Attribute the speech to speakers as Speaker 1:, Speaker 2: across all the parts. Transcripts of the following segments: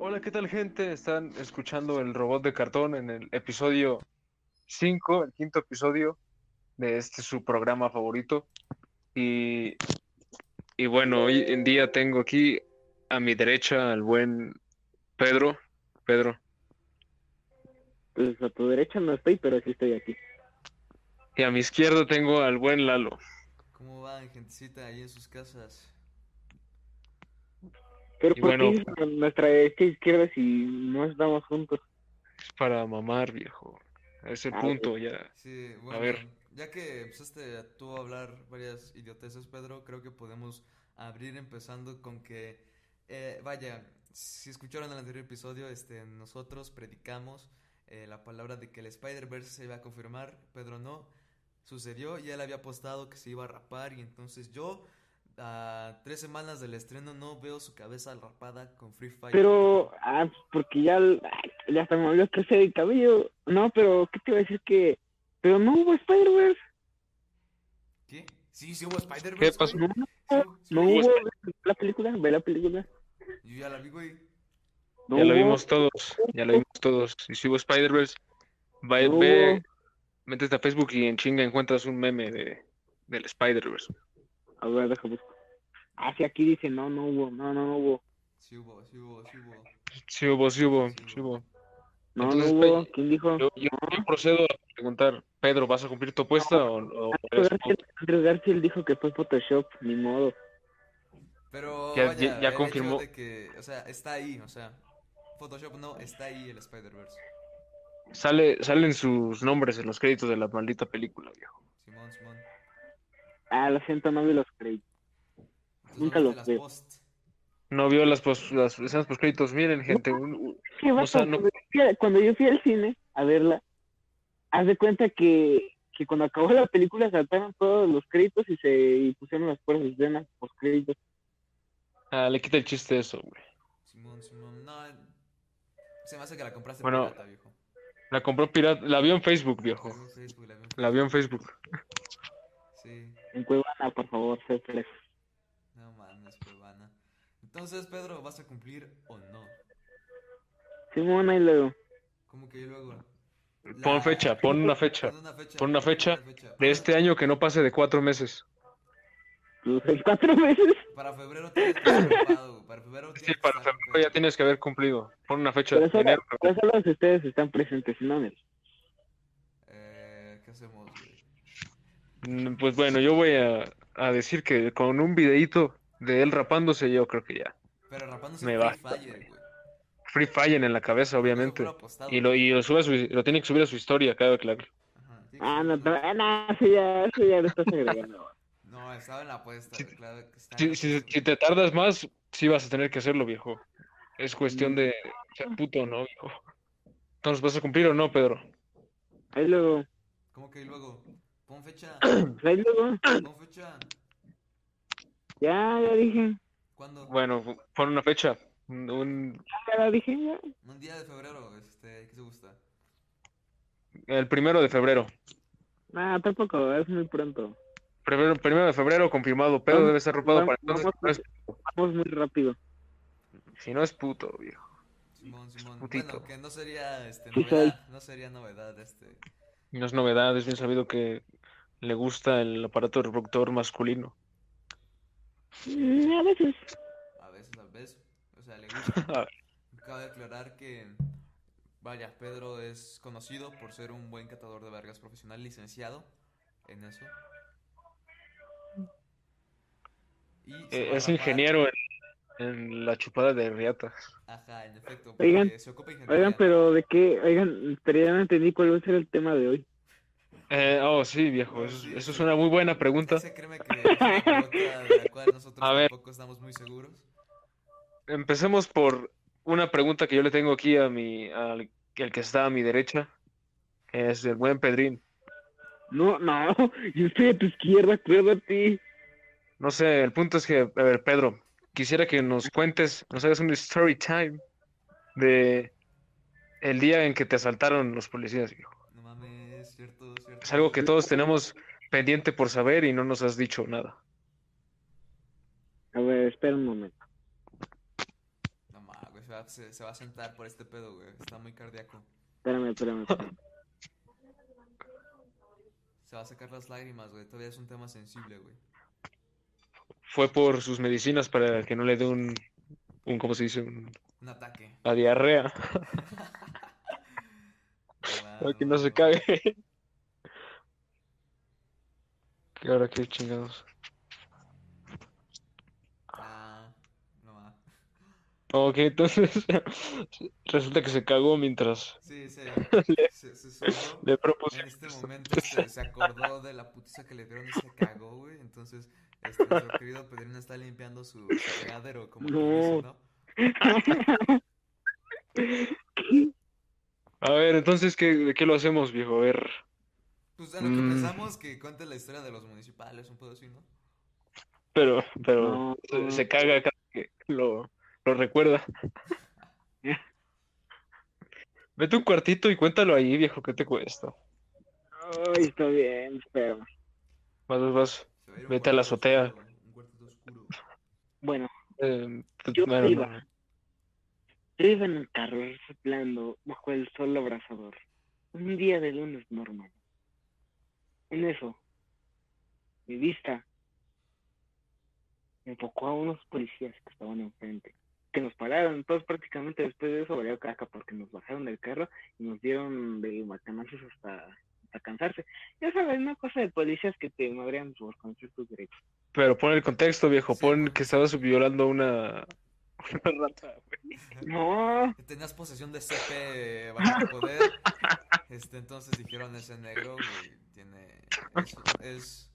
Speaker 1: Hola, ¿qué tal gente? Están escuchando el robot de cartón en el episodio 5, el quinto episodio de este su programa favorito. Y, y bueno, hoy en día tengo aquí a mi derecha al buen Pedro. Pedro,
Speaker 2: Pues a tu derecha no estoy, pero sí estoy aquí.
Speaker 1: Y a mi izquierda tengo al buen Lalo.
Speaker 3: ¿Cómo van, gentecita, ahí en sus casas?
Speaker 2: Pero
Speaker 1: Y
Speaker 2: ¿por
Speaker 1: bueno.
Speaker 2: qué es a nuestra derecha e izquierda si no estamos juntos?
Speaker 1: Es para mamar, viejo. A ese
Speaker 2: Ah,
Speaker 1: punto ya.
Speaker 3: Sí, bueno,
Speaker 1: ver.
Speaker 3: ya que empezaste tú a hablar varias idioteces, Pedro, creo que podemos abrir empezando con que, eh, vaya, si escucharon el anterior episodio, este, nosotros predicamos eh, la palabra de que el Spider-Verse se iba a confirmar, Pedro no, sucedió y él había apostado que se iba a rapar y entonces yo, a tres semanas del estreno, no veo su cabeza rapada con Free Fire.
Speaker 2: Pero, ah, porque ya, ya hasta me olvidó que se el cabello. No, pero ¿qué te iba a decir que? Pero no hubo Spider-Verse.
Speaker 3: ¿Qué? Sí, sí hubo Spider-Verse,
Speaker 1: ¿Qué pasó?
Speaker 3: güey. Sí hubo- sí
Speaker 2: No
Speaker 3: hubo-
Speaker 2: hubo la película, ve la película.
Speaker 3: Yo ya la vi, güey.
Speaker 2: No
Speaker 1: ya lo
Speaker 2: hubo.
Speaker 1: vimos todos. Ya lo vimos todos. Y si hubo Spider-Verse, va-
Speaker 2: No.
Speaker 1: ve, métete a Facebook y en chinga encuentras un meme de, del Spider-Verse.
Speaker 2: A ver, déjame buscar. Ah, sí, aquí dice, no, no hubo, no, no, no hubo.
Speaker 3: Sí hubo, sí hubo, sí hubo.
Speaker 1: Sí hubo, sí hubo, sí hubo.
Speaker 2: No,
Speaker 1: Entonces,
Speaker 2: no hubo.
Speaker 1: Pe-
Speaker 2: ¿Quién dijo?
Speaker 1: Yo, yo- yo procedo a preguntar, Pedro, ¿vas a cumplir tu apuesta o, o
Speaker 2: Andrew Garfield, Andrew Garfield dijo que fue Photoshop, ni modo.
Speaker 3: Pero
Speaker 1: Ya-
Speaker 3: vaya,
Speaker 1: ya- ya
Speaker 3: el hecho
Speaker 1: confirmó.
Speaker 3: de que, o sea, está ahí, o sea, Photoshop no, está ahí el Spider-Verse.
Speaker 1: sale, salen sus nombres en los créditos de la maldita película, viejo?
Speaker 3: Simón, Simón.
Speaker 2: Ah, lo siento, no vi los créditos.
Speaker 3: Entonces,
Speaker 2: Nunca
Speaker 3: ¿no
Speaker 2: lo
Speaker 3: viste las
Speaker 2: veo.
Speaker 3: post?
Speaker 1: No vio las, pos- las escenas post créditos. Miren, gente, un- un-
Speaker 2: ¿Qué va?
Speaker 1: O sea, no-
Speaker 2: cuando, yo fui, a- cuando yo fui al cine a verla, haz de cuenta que, que cuando acabó la película saltaron todos los créditos y se y pusieron las puras escenas post créditos.
Speaker 1: ah, le quita el chiste eso, güey.
Speaker 3: Simón, Simón. No, se me hace que la compraste
Speaker 1: Bueno,
Speaker 3: pirata, viejo.
Speaker 1: La compró pirata, la vio en Facebook, viejo.
Speaker 3: La vi en Facebook, la vi en
Speaker 1: La vio en Facebook.
Speaker 3: Facebook. Sí,
Speaker 2: En Cuevana, por favor, se ofrece.
Speaker 3: no mames, cuevana. Entonces, Pedro, ¿vas a cumplir o no?
Speaker 2: Simón, ahí luego.
Speaker 3: ¿Cómo que yo luego?
Speaker 1: Pon
Speaker 3: La-
Speaker 1: fecha, pon una fecha.
Speaker 3: Pon una fecha.
Speaker 1: Pon una fecha De
Speaker 3: Para-
Speaker 1: este año que no pase de cuatro meses.
Speaker 2: Los cuatro meses.
Speaker 3: Para febrero tienes que estar ocupado, güey, Para febrero
Speaker 1: Sí,
Speaker 3: tienes que
Speaker 1: para
Speaker 3: estar
Speaker 1: febrero ya
Speaker 3: ocupado.
Speaker 1: tienes que haber cumplido. Pon una fecha.
Speaker 2: Pero solo,
Speaker 1: enero,
Speaker 2: pero solo si ustedes están presentes, si no, no.
Speaker 3: Eh, ¿qué hacemos, güey?
Speaker 1: Mm, Pues bueno, yo voy a, a decir que con un videíto de él rapándose, yo creo que ya.
Speaker 3: Pero rapándose
Speaker 1: Me
Speaker 3: Free
Speaker 1: basta,
Speaker 3: Fire,
Speaker 1: güey.
Speaker 3: güey.
Speaker 1: Free Fire en la cabeza, obviamente.
Speaker 3: Eso fue apostado.
Speaker 1: Y lo, y lo sube a su- lo tiene que subir a su historia, claro, claro.
Speaker 3: Ajá, tiene que
Speaker 2: Ah, no,
Speaker 3: ser
Speaker 2: no,
Speaker 3: una-
Speaker 2: ah, no, eso ya, eso ya lo estás agregando.
Speaker 3: No, estaba en la apuesta, güey, claro que está en
Speaker 1: Si,
Speaker 3: la
Speaker 1: si-
Speaker 3: apuesta,
Speaker 1: si te tardas más, sí vas a tener que hacerlo, viejo. Es cuestión
Speaker 2: Mm.
Speaker 1: de ser puto, ¿no, viejo? Entonces, ¿vas a cumplir o no, Pedro?
Speaker 2: Ahí luego.
Speaker 3: güey. ¿Cómo que y luego? Pon fecha,
Speaker 2: Ahí luego.
Speaker 3: pon fecha.
Speaker 2: Ya, ya dije.
Speaker 3: ¿Cuándo?
Speaker 1: Bueno, pon una fecha. Un- un-
Speaker 2: Ya la dije, ya.
Speaker 3: Un día de febrero, este, ¿qué te gusta?
Speaker 1: el primero de febrero.
Speaker 2: No, tampoco, es muy pronto.
Speaker 1: Febrero- primero de febrero, confirmado. Pedro
Speaker 2: Vamos-
Speaker 1: debe estar ropado para
Speaker 2: vamos-
Speaker 1: entonces. no es-
Speaker 2: Vamos muy rápido.
Speaker 1: si no es puto, viejo.
Speaker 3: Simón, Simón.
Speaker 1: Putito.
Speaker 3: Bueno, que no sería, este,
Speaker 2: Sí, soy.
Speaker 3: novedad, no sería novedad, este.
Speaker 1: No es novedad, es bien sabido que le gusta el aparato reproductor masculino.
Speaker 2: Mm, A veces.
Speaker 3: A veces, a veces, o sea, le gusta.
Speaker 1: Ah,
Speaker 3: Cabe aclarar que, vaya, Pedro es conocido por ser un buen catador de vergas profesional, licenciado en eso. Y se
Speaker 1: Eh,
Speaker 3: va a
Speaker 1: es
Speaker 3: rapar.
Speaker 1: Eh, ingeniero en en la chupada de Riata.
Speaker 3: Ajá, en efecto, porque
Speaker 2: Oigan,
Speaker 3: se ocupa ingeniería.
Speaker 2: Oigan, pero ¿de qué? Oigan, pero ya no entendí cuál va a ser el tema de hoy.
Speaker 1: Eh, oh, sí, viejo, eso, es- eso es una muy buena pregunta.
Speaker 3: Esa créeme que es una pregunta de la cual nosotros
Speaker 1: A ver.
Speaker 3: tampoco estamos muy seguros.
Speaker 1: Empecemos por una pregunta que yo le tengo aquí a mi, al el que está a mi derecha, que es el buen Pedrín.
Speaker 2: No, no, yo estoy a tu izquierda, acuérdate.
Speaker 1: No sé, el punto es que, a ver, Pedro, quisiera que nos cuentes, nos hagas un story time de el día en que te asaltaron los policías, viejo.
Speaker 3: No mames, cierto, cierto.
Speaker 1: Es algo que todos tenemos pendiente por saber y no nos has dicho nada.
Speaker 2: A ver, espera un momento.
Speaker 3: No mames, güey, se va, se- se va a sentar por este pedo, güey. Está muy cardíaco.
Speaker 2: Espérame, espérame. espérame.
Speaker 3: Se va a sacar las lágrimas, güey. Todavía es un tema sensible, güey.
Speaker 1: Fue por sus medicinas para que no le dé un, un ¿cómo se dice? Un-
Speaker 3: Un ataque.
Speaker 1: la diarrea,
Speaker 3: Ah,
Speaker 1: para que no se
Speaker 3: mames.
Speaker 1: cague. Que ahora qué chingados.
Speaker 3: Ah, no mames.
Speaker 1: Ok, entonces resulta que se cagó mientras
Speaker 3: Sí, se, se, se soltó.
Speaker 1: le
Speaker 3: En
Speaker 1: propusimos.
Speaker 3: este momento se, se acordó de la putiza que le dieron y se cagó, güey. Entonces, este, nuestro querido Pedrino está limpiando su su cagadero, como que dice, ¿no?
Speaker 1: A ver, entonces, ¿qué, de qué lo hacemos, viejo? A ver.
Speaker 3: Pues a lo que
Speaker 1: Mm.
Speaker 3: pensamos que cuente la historia de los municipales, un pedo así, ¿no?
Speaker 1: Pero, pero
Speaker 2: No, pues,
Speaker 1: se-
Speaker 2: no.
Speaker 1: se caga cada que lo, lo recuerda. Vete a un cuartito y cuéntalo ahí, viejo, ¿qué te cuesta?
Speaker 2: Ay, está bien, espérame.
Speaker 1: Vas, vas, vas.
Speaker 3: Se va ir a un
Speaker 1: Vete a la
Speaker 3: cuartito
Speaker 1: azotea.
Speaker 3: oscuro, güey, un cuartito oscuro.
Speaker 2: Bueno,
Speaker 1: Eh, t-
Speaker 2: Yo
Speaker 1: bueno,
Speaker 2: iba.
Speaker 1: no.
Speaker 2: Yo iba en el carro soplando bajo el sol abrasador. Un día de lunes normal. En eso, mi vista me enfocó a unos policías que estaban enfrente, que nos pararon. Todos prácticamente después de eso valió caca porque nos bajaron del carro y nos dieron de guacamayos hasta, hasta cansarse. Ya sabes, una cosa de policías que te madrean por conocer tus derechos.
Speaker 1: Pero pon el contexto, viejo.
Speaker 3: Sí,
Speaker 1: Pon
Speaker 3: pon-
Speaker 1: que estabas violando una, una rata, güey.
Speaker 2: No,
Speaker 3: Que Tenías posesión de CP bajo el poder. Este, entonces dijeron ese negro, güey, tiene. Es, es-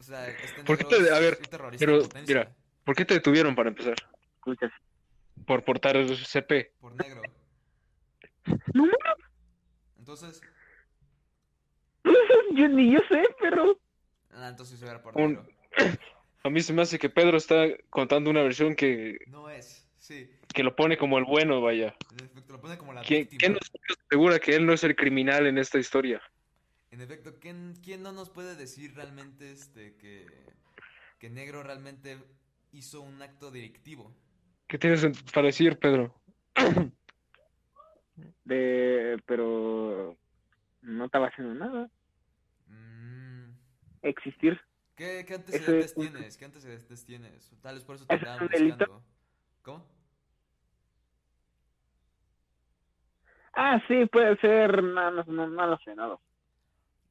Speaker 3: O sea, este
Speaker 1: ¿Por qué
Speaker 3: negro
Speaker 1: te- a
Speaker 3: es
Speaker 1: ver,
Speaker 3: un terrorista en
Speaker 1: pero,
Speaker 3: potencia,
Speaker 1: mira. ¿Por qué te detuvieron para empezar?
Speaker 2: escuchas.
Speaker 1: Por portar el CP.
Speaker 3: por negro.
Speaker 2: No
Speaker 3: Entonces,
Speaker 2: Yo ni yo sé, pero...
Speaker 3: ah, entonces se era por
Speaker 1: Un-
Speaker 3: negro.
Speaker 1: A mí se me hace que Pedro está contando una versión que,
Speaker 3: No es, sí.
Speaker 1: que lo pone como el bueno, vaya.
Speaker 3: En efecto, lo pone como la
Speaker 1: ¿Quién,
Speaker 3: víctima.
Speaker 1: quién nos asegura que él no es el criminal en esta historia?
Speaker 3: En efecto, ¿quién, quién no nos puede decir realmente este que, que negro realmente hizo un acto directivo?
Speaker 1: ¿Qué tienes en- para decir, Pedro?
Speaker 2: De, pero no estaba haciendo nada.
Speaker 3: Mm,
Speaker 2: Existir.
Speaker 3: ¿Qué, qué
Speaker 2: es
Speaker 3: antecedentes
Speaker 2: un-
Speaker 3: tienes? ¿Qué antecedentes tienes? Tal vez por eso te
Speaker 2: Ese es
Speaker 3: andaban
Speaker 2: un delito.
Speaker 3: buscando. ¿Cómo?
Speaker 2: Ah, sí, puede ser. No, no, no, no lo sé, no lo sé.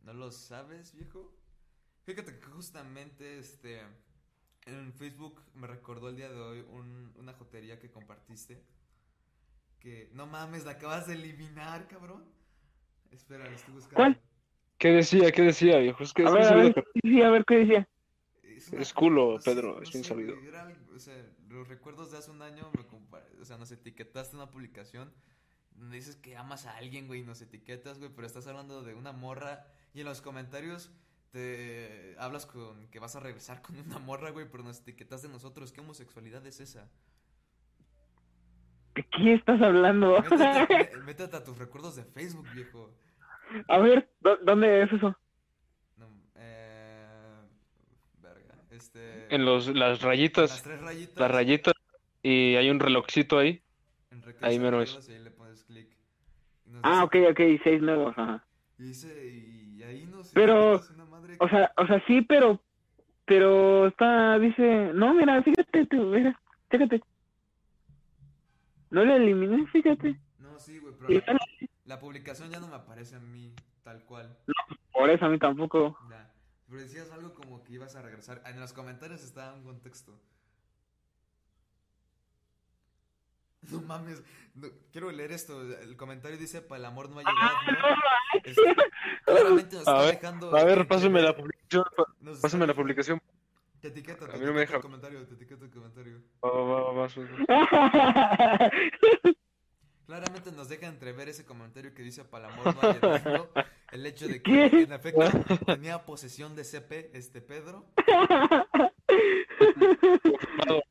Speaker 3: ¿No lo sabes, viejo? Fíjate que justamente este en Facebook me recordó el día de hoy un- una jotería que compartiste. Que no mames, la acabas de eliminar, cabrón. Espera, la estoy buscando.
Speaker 2: ¿Cuál?
Speaker 1: ¿Qué decía? ¿Qué decía, viejo? Es que
Speaker 2: A
Speaker 1: es,
Speaker 2: ver,
Speaker 1: un
Speaker 2: a
Speaker 1: saludo
Speaker 2: ver, sí, sí, a ver qué decía.
Speaker 3: Es,
Speaker 1: que-
Speaker 3: una-
Speaker 1: es culo,
Speaker 3: no sé,
Speaker 1: Pedro,
Speaker 3: no
Speaker 1: es un
Speaker 3: sé,
Speaker 1: saludo.
Speaker 3: güey, era algo- o sea, los recuerdos de hace un año me compa- o sea, nos etiquetaste en una publicación donde dices que amas a alguien, güey, y nos etiquetas, güey, pero estás hablando de una morra y en los comentarios te hablas con que vas a regresar con una morra, güey, pero nos etiquetaste nosotros. ¿Qué homosexualidad es esa?
Speaker 2: ¿De qué estás hablando?
Speaker 3: Métete, métete a tus recuerdos de Facebook, viejo.
Speaker 2: A ver, ¿dó- ¿dónde es eso?
Speaker 3: No, eh, verga. Este,
Speaker 1: En los, las
Speaker 3: las
Speaker 1: rayitas,
Speaker 3: tres rayitas.
Speaker 1: las rayitas, y hay un relojcito ahí.
Speaker 3: en redes
Speaker 1: Ahí mero es.
Speaker 3: recuerdos y ahí le pones clic. Y nos
Speaker 2: Ah,
Speaker 3: dice-
Speaker 2: ok, ok, seis nuevos, ajá.
Speaker 3: Y dice, y ahí nos
Speaker 2: Pero,
Speaker 3: etiquetas una madre
Speaker 2: O sea, o sea, sí, pero, pero está, dice, no, mira, fíjate, tú, mira, fíjate. No lo eliminé, fíjate.
Speaker 3: No, sí, güey, pero
Speaker 2: Y
Speaker 3: la,
Speaker 2: está-
Speaker 3: la publicación ya no me aparece a mí tal cual.
Speaker 2: Por eso a mí tampoco.
Speaker 3: Ya. Pero decías algo como que ibas a regresar. Ah, En los comentarios estaba un contexto. No mames, no- quiero leer esto. El comentario dice, para el amor no ha
Speaker 1: Ah,
Speaker 3: llegado. Es- claramente nos
Speaker 1: A
Speaker 3: está
Speaker 1: ver,
Speaker 3: dejando
Speaker 1: A ver,
Speaker 3: entrever-
Speaker 1: pásame la publicación.
Speaker 3: nos está-
Speaker 1: Pásame la publicación.
Speaker 3: Te etiqueto,
Speaker 1: A
Speaker 3: te
Speaker 1: mí no me
Speaker 3: etiqueto el
Speaker 1: deja.
Speaker 3: comentario, te etiqueto el comentario.
Speaker 1: Va, va, va, va, va, su- su-
Speaker 3: Claramente nos deja entrever ese comentario que dice Palamor no ha llegado, el hecho de que
Speaker 2: ¿Qué?
Speaker 3: en efecto
Speaker 1: Ah.
Speaker 3: tenía posesión de CP este Pedro.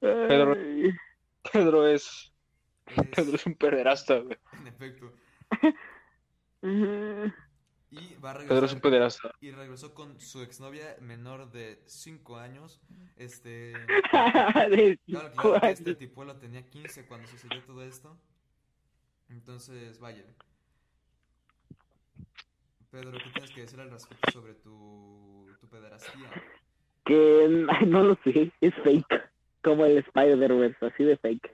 Speaker 1: Pedro. Pedro es.
Speaker 3: Es-
Speaker 1: Pedro es un pederasta, güey.
Speaker 3: en efecto.
Speaker 2: Ujú.
Speaker 3: Y va a
Speaker 1: Pedro es
Speaker 3: regresar
Speaker 1: un pederasta.
Speaker 3: y regresó con su exnovia menor de 5 años.
Speaker 1: Mm.
Speaker 3: Este
Speaker 2: De
Speaker 3: claro,
Speaker 2: cinco
Speaker 3: claro que este
Speaker 2: años.
Speaker 3: tipuelo tenía 15 cuando sucedió todo esto. Entonces, vaya. Pedro, ¿qué tienes que decir al respecto sobre tu, tu pederastía?
Speaker 2: Que ay, no lo sé, es fake. Como el Spider-Verse, así de fake.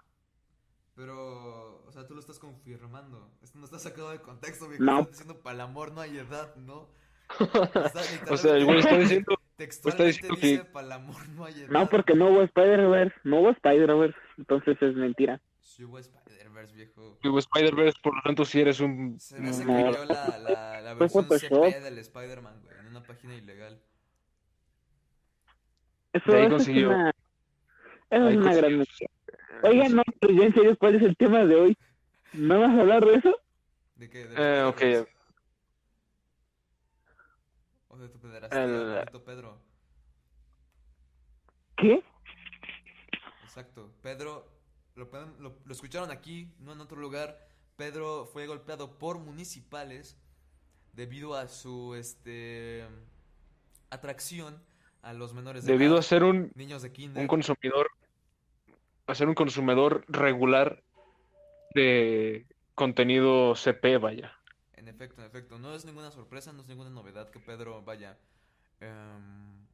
Speaker 3: Pero, o sea, tú lo estás confirmando. Esto no está sacado de contexto, viejo.
Speaker 2: No.
Speaker 3: Estás diciendo, para el amor no hay edad, ¿no? Está
Speaker 1: O sea, el güey está diciendo.
Speaker 3: textualmente
Speaker 1: diciendo que-
Speaker 3: dice, para el amor no hay edad.
Speaker 2: No, porque no hubo Spider-Verse, no hubo Spider-Verse, entonces es mentira.
Speaker 3: Sí hubo Spider-Verse, viejo.
Speaker 1: que hubo Spider-Verse, por lo tanto, si eres un.
Speaker 3: Se me hace que
Speaker 2: No.
Speaker 3: vio la, la, la
Speaker 2: Fue
Speaker 3: versión
Speaker 2: Photoshop.
Speaker 3: CP del Spider-Man, güey, en una página ilegal.
Speaker 2: Eso,
Speaker 1: Ahí
Speaker 2: eso es
Speaker 1: consiguió.
Speaker 2: una, eso
Speaker 1: Ahí
Speaker 2: es una gran
Speaker 1: consiguió.
Speaker 2: mentira. Oiga, no, pues ya en serio, ¿cuál es el tema de hoy? ¿No vas a hablar de eso?
Speaker 3: ¿De qué? ¿Del
Speaker 1: Eh, ok.
Speaker 3: Spider-Verse? O de tu pederastía,
Speaker 1: El-
Speaker 3: bonito Pedro.
Speaker 2: ¿Qué?
Speaker 3: Exacto. Pedro, lo, pueden- lo- lo escucharon aquí, no en otro lugar. Pedro fue golpeado por municipales debido a su este atracción a los menores de
Speaker 1: Debido
Speaker 3: edad,
Speaker 1: a ser un,
Speaker 3: niños de kinder.
Speaker 1: un consumidor. A ser un consumidor regular de contenido CP, vaya.
Speaker 3: En efecto, en efecto. No es ninguna sorpresa, no es ninguna novedad que Pedro vaya. em,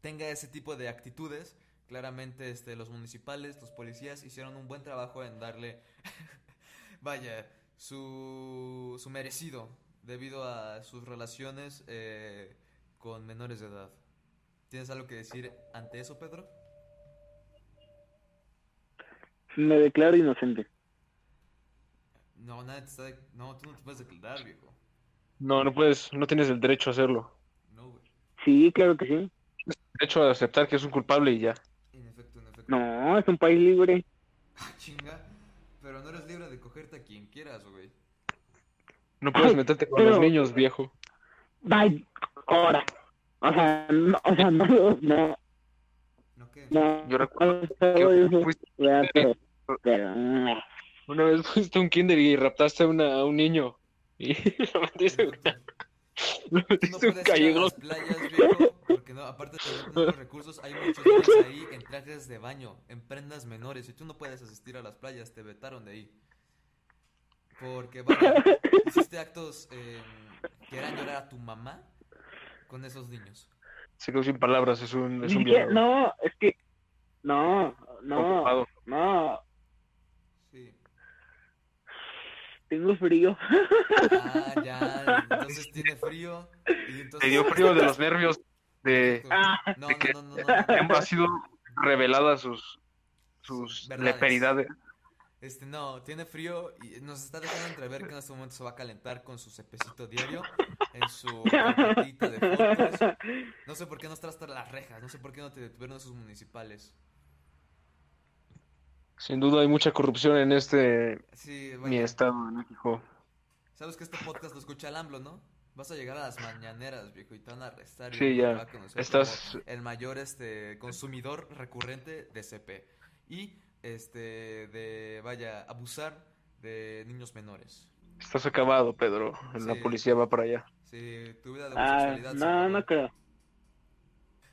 Speaker 3: tenga ese tipo de actitudes. Claramente, este, los municipales, los policías hicieron un buen trabajo en darle. vaya, su, su merecido. Debido a sus relaciones eh, con menores de edad. ¿Tienes algo que decir ante eso, Pedro?
Speaker 2: Me declaro inocente.
Speaker 3: No, nada te está. de- No, tú no te puedes declarar, viejo.
Speaker 1: No, no puedes, no tienes el derecho a hacerlo.
Speaker 3: No, güey.
Speaker 2: Sí, claro que sí.
Speaker 1: Derecho a aceptar que es un culpable y ya.
Speaker 3: En efecto, en efecto.
Speaker 2: No, es un país libre.
Speaker 3: Chinga, pero no eres libre de cogerte a quien quieras, güey.
Speaker 1: No puedes
Speaker 2: Ay,
Speaker 1: meterte con
Speaker 2: pero-
Speaker 1: los niños, viejo.
Speaker 2: Bye, ahora. O sea, no, o sea, no, no,
Speaker 3: ¿No qué?
Speaker 2: no.
Speaker 1: Yo recuerdo
Speaker 2: no, todo
Speaker 1: que
Speaker 2: eso,
Speaker 1: fuiste-
Speaker 2: ¿verdad? pero, pero, mm,
Speaker 1: una vez fuiste a un kinder y raptaste a, una- a un niño. Y lo metiste,
Speaker 3: Exacto.
Speaker 1: lo
Speaker 3: Tú no
Speaker 1: metiste a un
Speaker 3: puedes ir a
Speaker 1: callejón.
Speaker 3: las playas, viejo, porque no, aparte te dan los recursos, hay muchos niños ahí en trajes de baño, en prendas menores, y tú no puedes asistir a las playas, te vetaron de ahí. Porque, vaya, hiciste actos eh, que harán llorar a tu mamá con esos niños.
Speaker 1: Se quedó sin palabras, es un, es un
Speaker 2: dije,
Speaker 1: violador.
Speaker 2: no, es que, no, no,
Speaker 1: Ocupado.
Speaker 2: no,
Speaker 3: Sí.
Speaker 2: tengo frío.
Speaker 3: Ah, ya, entonces tiene frío, y entonces...
Speaker 1: Te dio frío de los nervios de
Speaker 3: Exacto.
Speaker 2: Ah,
Speaker 3: No,
Speaker 1: de que-
Speaker 3: no, no, no, no, no, no.
Speaker 1: ha sido reveladas sus sus
Speaker 3: Verdades.
Speaker 1: leperidades.
Speaker 3: Este, no, tiene frío y nos está dejando entrever que en este momento se va a calentar con su cepecito diario en su carpetita de fotos. No sé por qué no estás hasta las rejas, no sé por qué no te detuvieron esos municipales.
Speaker 1: Sin duda hay mucha corrupción en este
Speaker 3: Sí,
Speaker 1: mi
Speaker 3: vaya,
Speaker 1: estado de México.
Speaker 3: sabes que este podcast lo escucha el AMLO, ¿no? Vas a llegar a las mañaneras, viejo, y te van a arrestar y
Speaker 1: Sí,
Speaker 3: el mundo te
Speaker 1: ya.
Speaker 3: va a conocer
Speaker 1: Estás-
Speaker 3: como el mayor este consumidor recurrente de CP y este de vaya abusar de niños menores.
Speaker 1: Estás acabado, Pedro. La
Speaker 3: Sí.
Speaker 1: policía va para allá.
Speaker 3: Sí, tu vida de
Speaker 2: Ah,
Speaker 3: homosexualidad se
Speaker 2: no,
Speaker 3: acabó.
Speaker 2: no creo.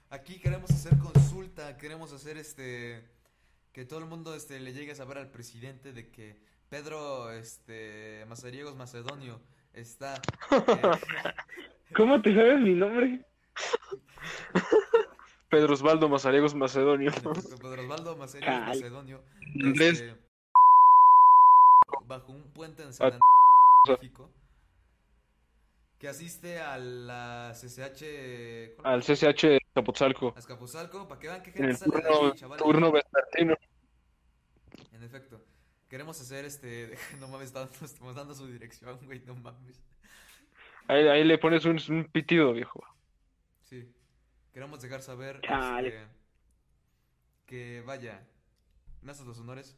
Speaker 3: Aquí queremos hacer consulta, queremos hacer este que todo el mundo este le llegue a saber al presidente de que Pedro este Mazariegos Macedonio está eh,
Speaker 2: ¿Cómo te sabes mi nombre?
Speaker 1: Pedro Osvaldo Mazariegos Macedonio.
Speaker 3: Pedro Osvaldo Mazariegos
Speaker 2: Ay.
Speaker 3: Macedonio
Speaker 1: Inglés.
Speaker 3: este, bajo un puente en San Andrés, México que asiste a la CCH ¿cuál?
Speaker 1: Al CCH Capotzalco.
Speaker 3: a Azcapotzalco para que vean qué
Speaker 1: En
Speaker 3: gente
Speaker 1: el
Speaker 3: sale de
Speaker 1: turno,
Speaker 3: ahí, chavales.
Speaker 1: turno vespertino.
Speaker 3: en efecto. Queremos hacer este. No mames, estamos, estamos dando su dirección, güey, no mames.
Speaker 1: Ahí, ahí le pones un, un pitido, viejo.
Speaker 3: Sí. Queremos dejar saber
Speaker 2: Chale.
Speaker 3: este, que vaya. Me haces los honores,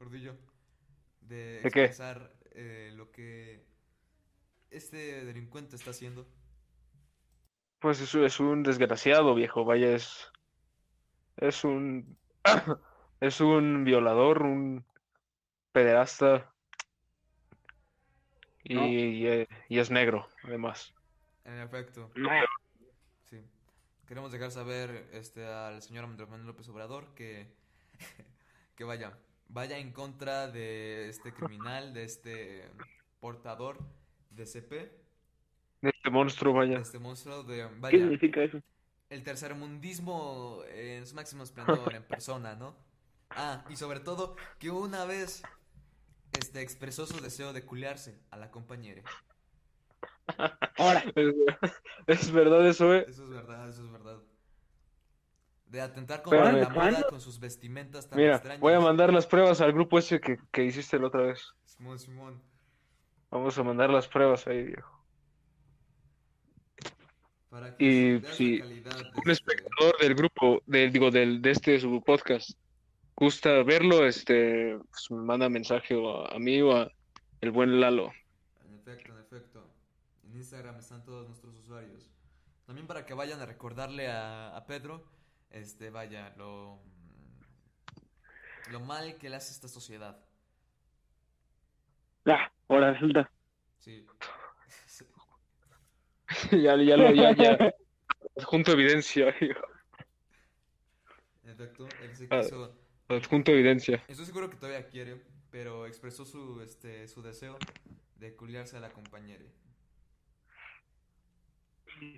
Speaker 3: Gordillo, de
Speaker 1: ¿De qué?
Speaker 3: expresar eh, lo que este delincuente está haciendo.
Speaker 1: Pues es, es un desgraciado, viejo. Vaya, es. Es un. Es un violador, un pederasta. Y,
Speaker 2: No.
Speaker 1: y, eh, y es negro, además.
Speaker 3: En efecto.
Speaker 2: No,
Speaker 3: Sí. Queremos dejar saber este, al señor Andrés Manuel López Obrador que, que vaya, vaya en contra de este criminal, de este portador de CP,
Speaker 1: Este monstruo,
Speaker 3: de
Speaker 1: vaya.
Speaker 3: este monstruo de,
Speaker 2: ¿qué
Speaker 3: vaya,
Speaker 2: significa eso?
Speaker 3: el tercermundismo en su máximo esplendor, en persona, ¿no? Ah, y sobre todo que una vez este, expresó su deseo de culearse a la compañera.
Speaker 2: Ahora,
Speaker 1: Es, es verdad eso, eh.
Speaker 3: Eso es verdad, eso es verdad. De atentar contra
Speaker 1: Espérame.
Speaker 3: la moda
Speaker 2: ¿Cuándo?
Speaker 3: con sus vestimentas tan
Speaker 1: Mira, voy a
Speaker 3: extrañas.
Speaker 1: mandar las pruebas al grupo ese que, que hiciste la otra vez.
Speaker 3: Simón, Simón.
Speaker 1: Vamos a mandar las pruebas ahí, viejo.
Speaker 3: Para
Speaker 1: Y
Speaker 3: que veas
Speaker 1: si
Speaker 3: la calidad de
Speaker 1: Un
Speaker 3: este-
Speaker 1: espectador del grupo, del, digo, del, de este su podcast, gusta verlo, este, pues me manda mensaje o a, a mí o a el buen Lalo.
Speaker 3: En efecto, en efecto. En Instagram están todos nuestros usuarios. También para que vayan a recordarle a, a Pedro, este, vaya, lo, lo mal que le hace esta sociedad.
Speaker 2: ah, ahora resulta.
Speaker 3: Sí. Sí.
Speaker 1: Ya, ya lo, ya, ya. Adjunto evidencia, hijo.
Speaker 3: En efecto, él se
Speaker 1: Ah.
Speaker 3: quiso.
Speaker 1: Adjunto evidencia.
Speaker 3: Estoy seguro que todavía quiere, pero expresó su, este, su deseo de culiarse a la compañera.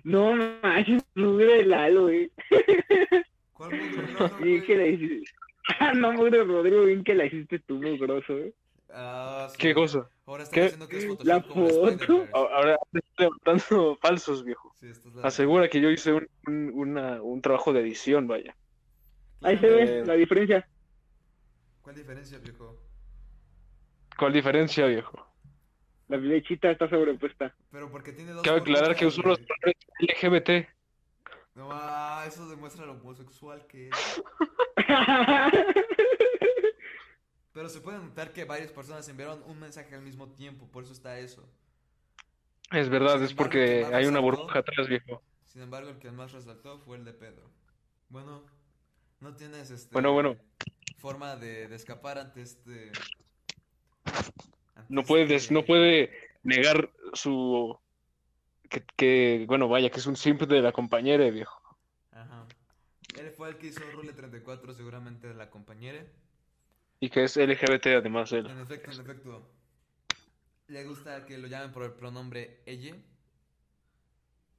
Speaker 2: No manches, mugre de Lalo, güey.
Speaker 3: ¿Cuál mugre? No, no,
Speaker 2: eh. Bien
Speaker 3: güey.
Speaker 2: que la hiciste. Ah, no, mugre Rodrigo, bien que la hiciste tú, eh. mugroso, güey.
Speaker 3: Ah, sí.
Speaker 1: ¿Qué cosa?
Speaker 3: Ahora están
Speaker 1: ¿Qué?
Speaker 3: diciendo que es Photoshop
Speaker 2: La
Speaker 3: como el
Speaker 2: foto.
Speaker 3: Spider-Verse.
Speaker 1: A- Ahora te estoy levantando falsos, viejo.
Speaker 3: Sí, esta es la-
Speaker 1: Asegura que yo hice un, un- una- un trabajo de edición, vaya.
Speaker 2: Ahí se ve
Speaker 1: Eh.
Speaker 2: la diferencia.
Speaker 3: ¿Cuál diferencia, viejo?
Speaker 1: ¿Cuál diferencia, viejo?
Speaker 2: La flechita está sobrepuesta.
Speaker 3: Pero porque tiene dos.
Speaker 1: Cabe aclarar que
Speaker 3: burbujas,
Speaker 1: uso los
Speaker 3: güey.
Speaker 1: colores LGBT.
Speaker 3: No, ah, eso demuestra lo homosexual que es. Pero se puede notar que varias personas enviaron un mensaje al mismo tiempo, por eso está eso.
Speaker 1: Es verdad,
Speaker 3: Sin
Speaker 1: es
Speaker 3: embargo,
Speaker 1: porque
Speaker 3: ¿quién más
Speaker 1: hay una
Speaker 3: resaltó?
Speaker 1: burbuja atrás, viejo.
Speaker 3: Sin embargo, el que más resaltó fue el de Pedro. Bueno, no tienes este
Speaker 1: Bueno, bueno.
Speaker 3: forma de, de escapar ante este. ante
Speaker 1: No puede, des- no
Speaker 3: este-
Speaker 1: puede negar su... Que, que, bueno, vaya, que es un simp de la compañera, viejo.
Speaker 3: Ajá. Él fue el que hizo Rule 34, seguramente de la compañera.
Speaker 1: Y que es LGBT además él.
Speaker 3: En efecto, en efecto. Le gusta que lo llamen por el pronombre ella.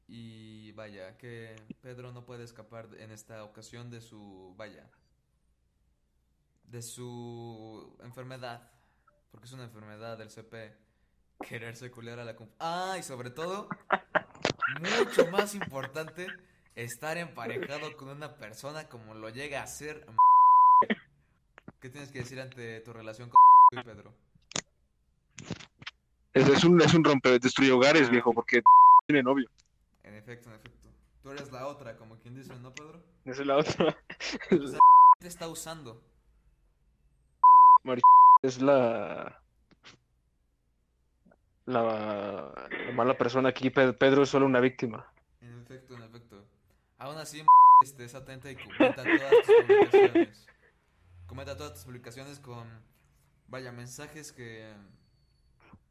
Speaker 3: Y vaya, que Pedro no puede escapar en esta ocasión de su, vaya, de su enfermedad. Porque es una enfermedad del CP. Quererse culiar a la... comp- Ah, y sobre todo, mucho más importante, estar emparejado con una persona como lo llega a ser. ¿Qué tienes que decir ante tu relación con y Pedro?
Speaker 1: Es, es un, es un rompe, destruye hogares, viejo, porque tiene novio.
Speaker 3: En efecto, en efecto. Tú eres la otra, como quien dice, ¿no, Pedro?
Speaker 1: Esa es la otra.
Speaker 3: Te está usando.
Speaker 1: Es la... La, la mala persona aquí. Pe- Pedro es solo una víctima.
Speaker 3: En efecto, en efecto. Aún así, este, es atenta y comenta todas tus publicaciones. Comenta todas tus publicaciones con, vaya, mensajes que,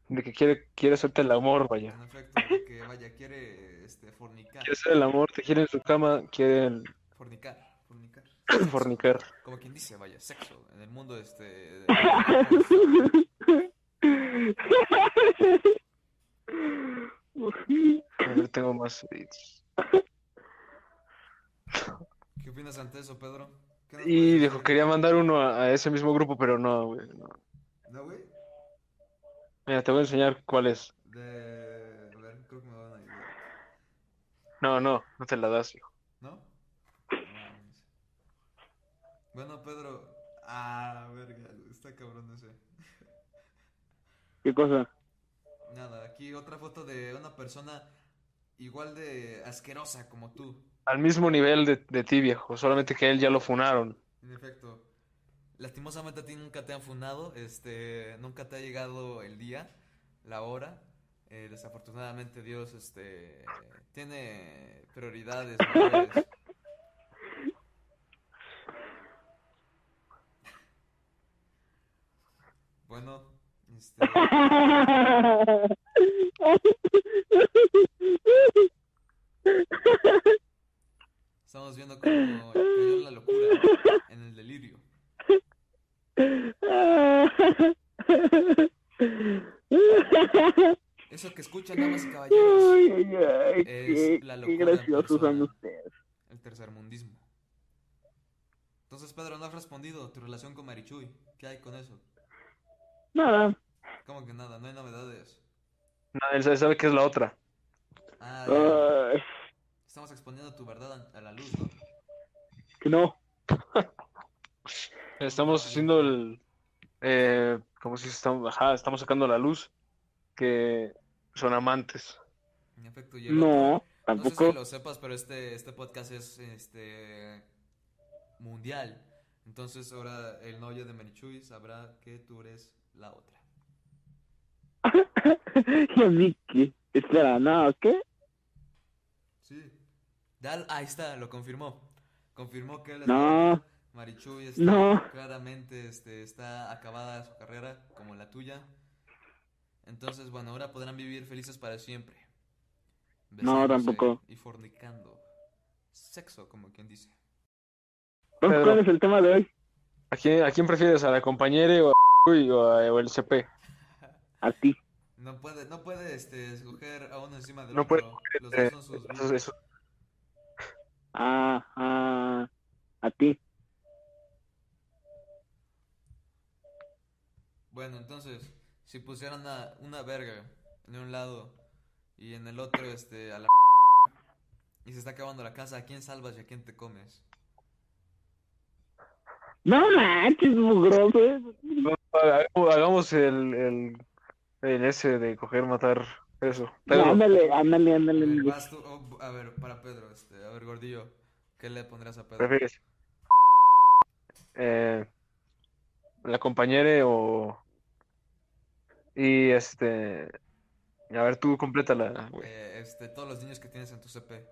Speaker 1: De que quiere, quiere hacerte el amor, vaya.
Speaker 3: en efecto, que, vaya, quiere, este, fornicar.
Speaker 1: Quiere hacer el amor, te quiere en su cama, quiere
Speaker 3: Fornicar, fornicar.
Speaker 1: fornicar.
Speaker 3: Como quien dice, vaya, sexo. En el mundo, este... de-
Speaker 1: A ver, tengo más edits.
Speaker 3: ¿Qué opinas ante eso, Pedro? ¿Qué nos
Speaker 1: Y
Speaker 3: puedes
Speaker 1: dijo,
Speaker 3: decir?
Speaker 1: quería mandar uno a, a ese mismo grupo, pero no, güey. no.
Speaker 3: ¿No, güey?
Speaker 1: Mira, te voy a enseñar cuál es.
Speaker 3: De... A ver, creo que me van a ayudar.
Speaker 1: No, no, no te la das, hijo.
Speaker 3: ¿No? No mames. Bueno, Pedro. Ah, verga, está está cabrón ese.
Speaker 2: ¿Qué cosa?
Speaker 3: Nada, aquí otra foto de una persona igual de asquerosa como tú.
Speaker 1: Al mismo nivel de, de ti, viejo. Solamente que a él ya lo funaron.
Speaker 3: En efecto. Lastimosamente a ti nunca te han funado, este, nunca te ha llegado el día, la hora. Eh, desafortunadamente Dios, este, tiene prioridades mayores. Bueno, este, estamos viendo cómo cayó en la locura, en el delirio. Eso que escuchan, damas y caballeros,
Speaker 2: Ay, ay, ay, qué,
Speaker 3: es la
Speaker 2: qué
Speaker 3: locura en
Speaker 2: graciosos son
Speaker 3: persona.
Speaker 2: ustedes.
Speaker 3: el tercermundismo. Entonces, Pedro, no has respondido tu relación con Marichuy. ¿Qué hay con eso?
Speaker 2: Nada,
Speaker 3: ¿Cómo que nada? No hay novedades.
Speaker 1: No, él sabe- sabe que es la otra.
Speaker 3: Ah, ya.
Speaker 2: ay,
Speaker 3: Estamos exponiendo tu verdad an- a la luz, ¿no?
Speaker 2: que no.
Speaker 1: Estamos haciendo el. Eh, como si estamos. Ajá, estamos sacando a la luz que son amantes.
Speaker 3: En efecto, yo
Speaker 2: No,
Speaker 3: No sé si
Speaker 2: tampoco.
Speaker 3: lo sepas, pero este, este podcast es este mundial. Entonces ahora el novio de Marichuy sabrá que tú eres la otra.
Speaker 2: Y a mí qué. Espera, no, ¿qué?
Speaker 3: Sí. Dal, ahí está, lo confirmó. Confirmó que él es la
Speaker 2: No,
Speaker 3: otra. Marichuy este,
Speaker 2: no.
Speaker 3: claramente este, está acabada su carrera como la tuya. Entonces, bueno, ahora podrán vivir felices para siempre.
Speaker 2: No,
Speaker 3: Besándose
Speaker 2: tampoco.
Speaker 3: Y fornicando. Sexo, como quien dice.
Speaker 2: Entonces, ¿cuál
Speaker 1: Pedro.
Speaker 2: es el tema de hoy?
Speaker 1: ¿A quién, a quién prefieres? ¿A la compañera o a, uy, o a- o el CP?
Speaker 2: A ti.
Speaker 3: No puede, no puede este, escoger a uno encima del
Speaker 1: No puede
Speaker 3: otro. Los
Speaker 1: eh,
Speaker 3: dos son sus
Speaker 1: Eso-
Speaker 3: vidas.
Speaker 1: eso-
Speaker 2: A, a, a ti.
Speaker 3: Bueno, entonces, si pusieran a una verga en un lado y en el otro este, a la y se está acabando la casa, ¿a quién salvas y a quién te comes?
Speaker 2: No manches, mugroso. eh.
Speaker 1: Hagamos hagamos el, el, el ese de coger, matar, eso. Pedro,
Speaker 2: Ándale, ándale,
Speaker 3: A
Speaker 2: ándale.
Speaker 3: ver,
Speaker 2: ándale.
Speaker 3: vas tú- oh, a ver, para Pedro, este, a ver, gordillo, ¿qué le pondrías a Pedro?
Speaker 1: ¿prefieres? Eh, la compañera o... Y este... A ver, tú complétala, Ah, güey.
Speaker 3: Eh, este, todos los niños que tienes en tu CP.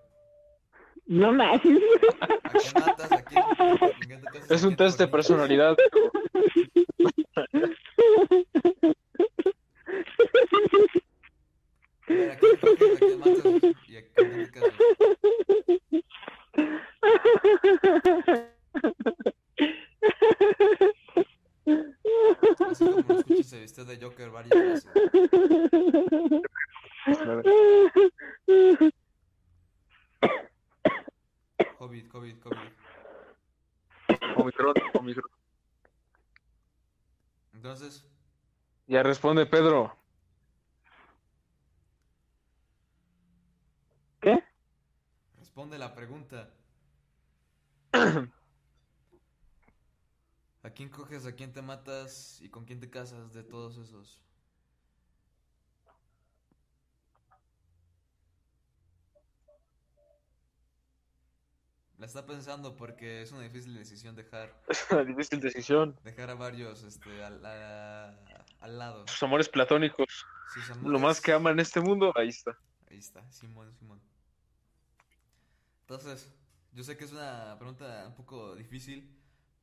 Speaker 2: No manches.
Speaker 3: ¿A quién matas? ¿A quién? a quién te casas?
Speaker 1: Es
Speaker 3: ¿A
Speaker 1: un
Speaker 3: quién te
Speaker 1: test de
Speaker 3: fornicas?
Speaker 1: personalidad.
Speaker 3: A ver, ¿a quién coges? ¿A quién matas? ¿Y a quién te casas? Así como lo escuchas, se vistió de Joker varias veces. Hobbit, Hobbit, Hobbit.
Speaker 1: Omicron, Omicron.
Speaker 3: Entonces,
Speaker 1: Ya responde Pedro.
Speaker 2: ¿Qué?
Speaker 3: responde la pregunta. ¿A quién coges, a quién te matas y con quién te casas de todos esos? La está pensando porque es una difícil decisión dejar,
Speaker 1: Es una difícil decisión.
Speaker 3: dejar a varios este, al, a- al lado.
Speaker 1: Sus amores platónicos.
Speaker 3: Sus
Speaker 1: Lo más que
Speaker 3: amores-
Speaker 1: ama en este mundo, ahí está.
Speaker 3: Ahí está, Simón, Simón. Entonces, yo sé que es una pregunta un poco difícil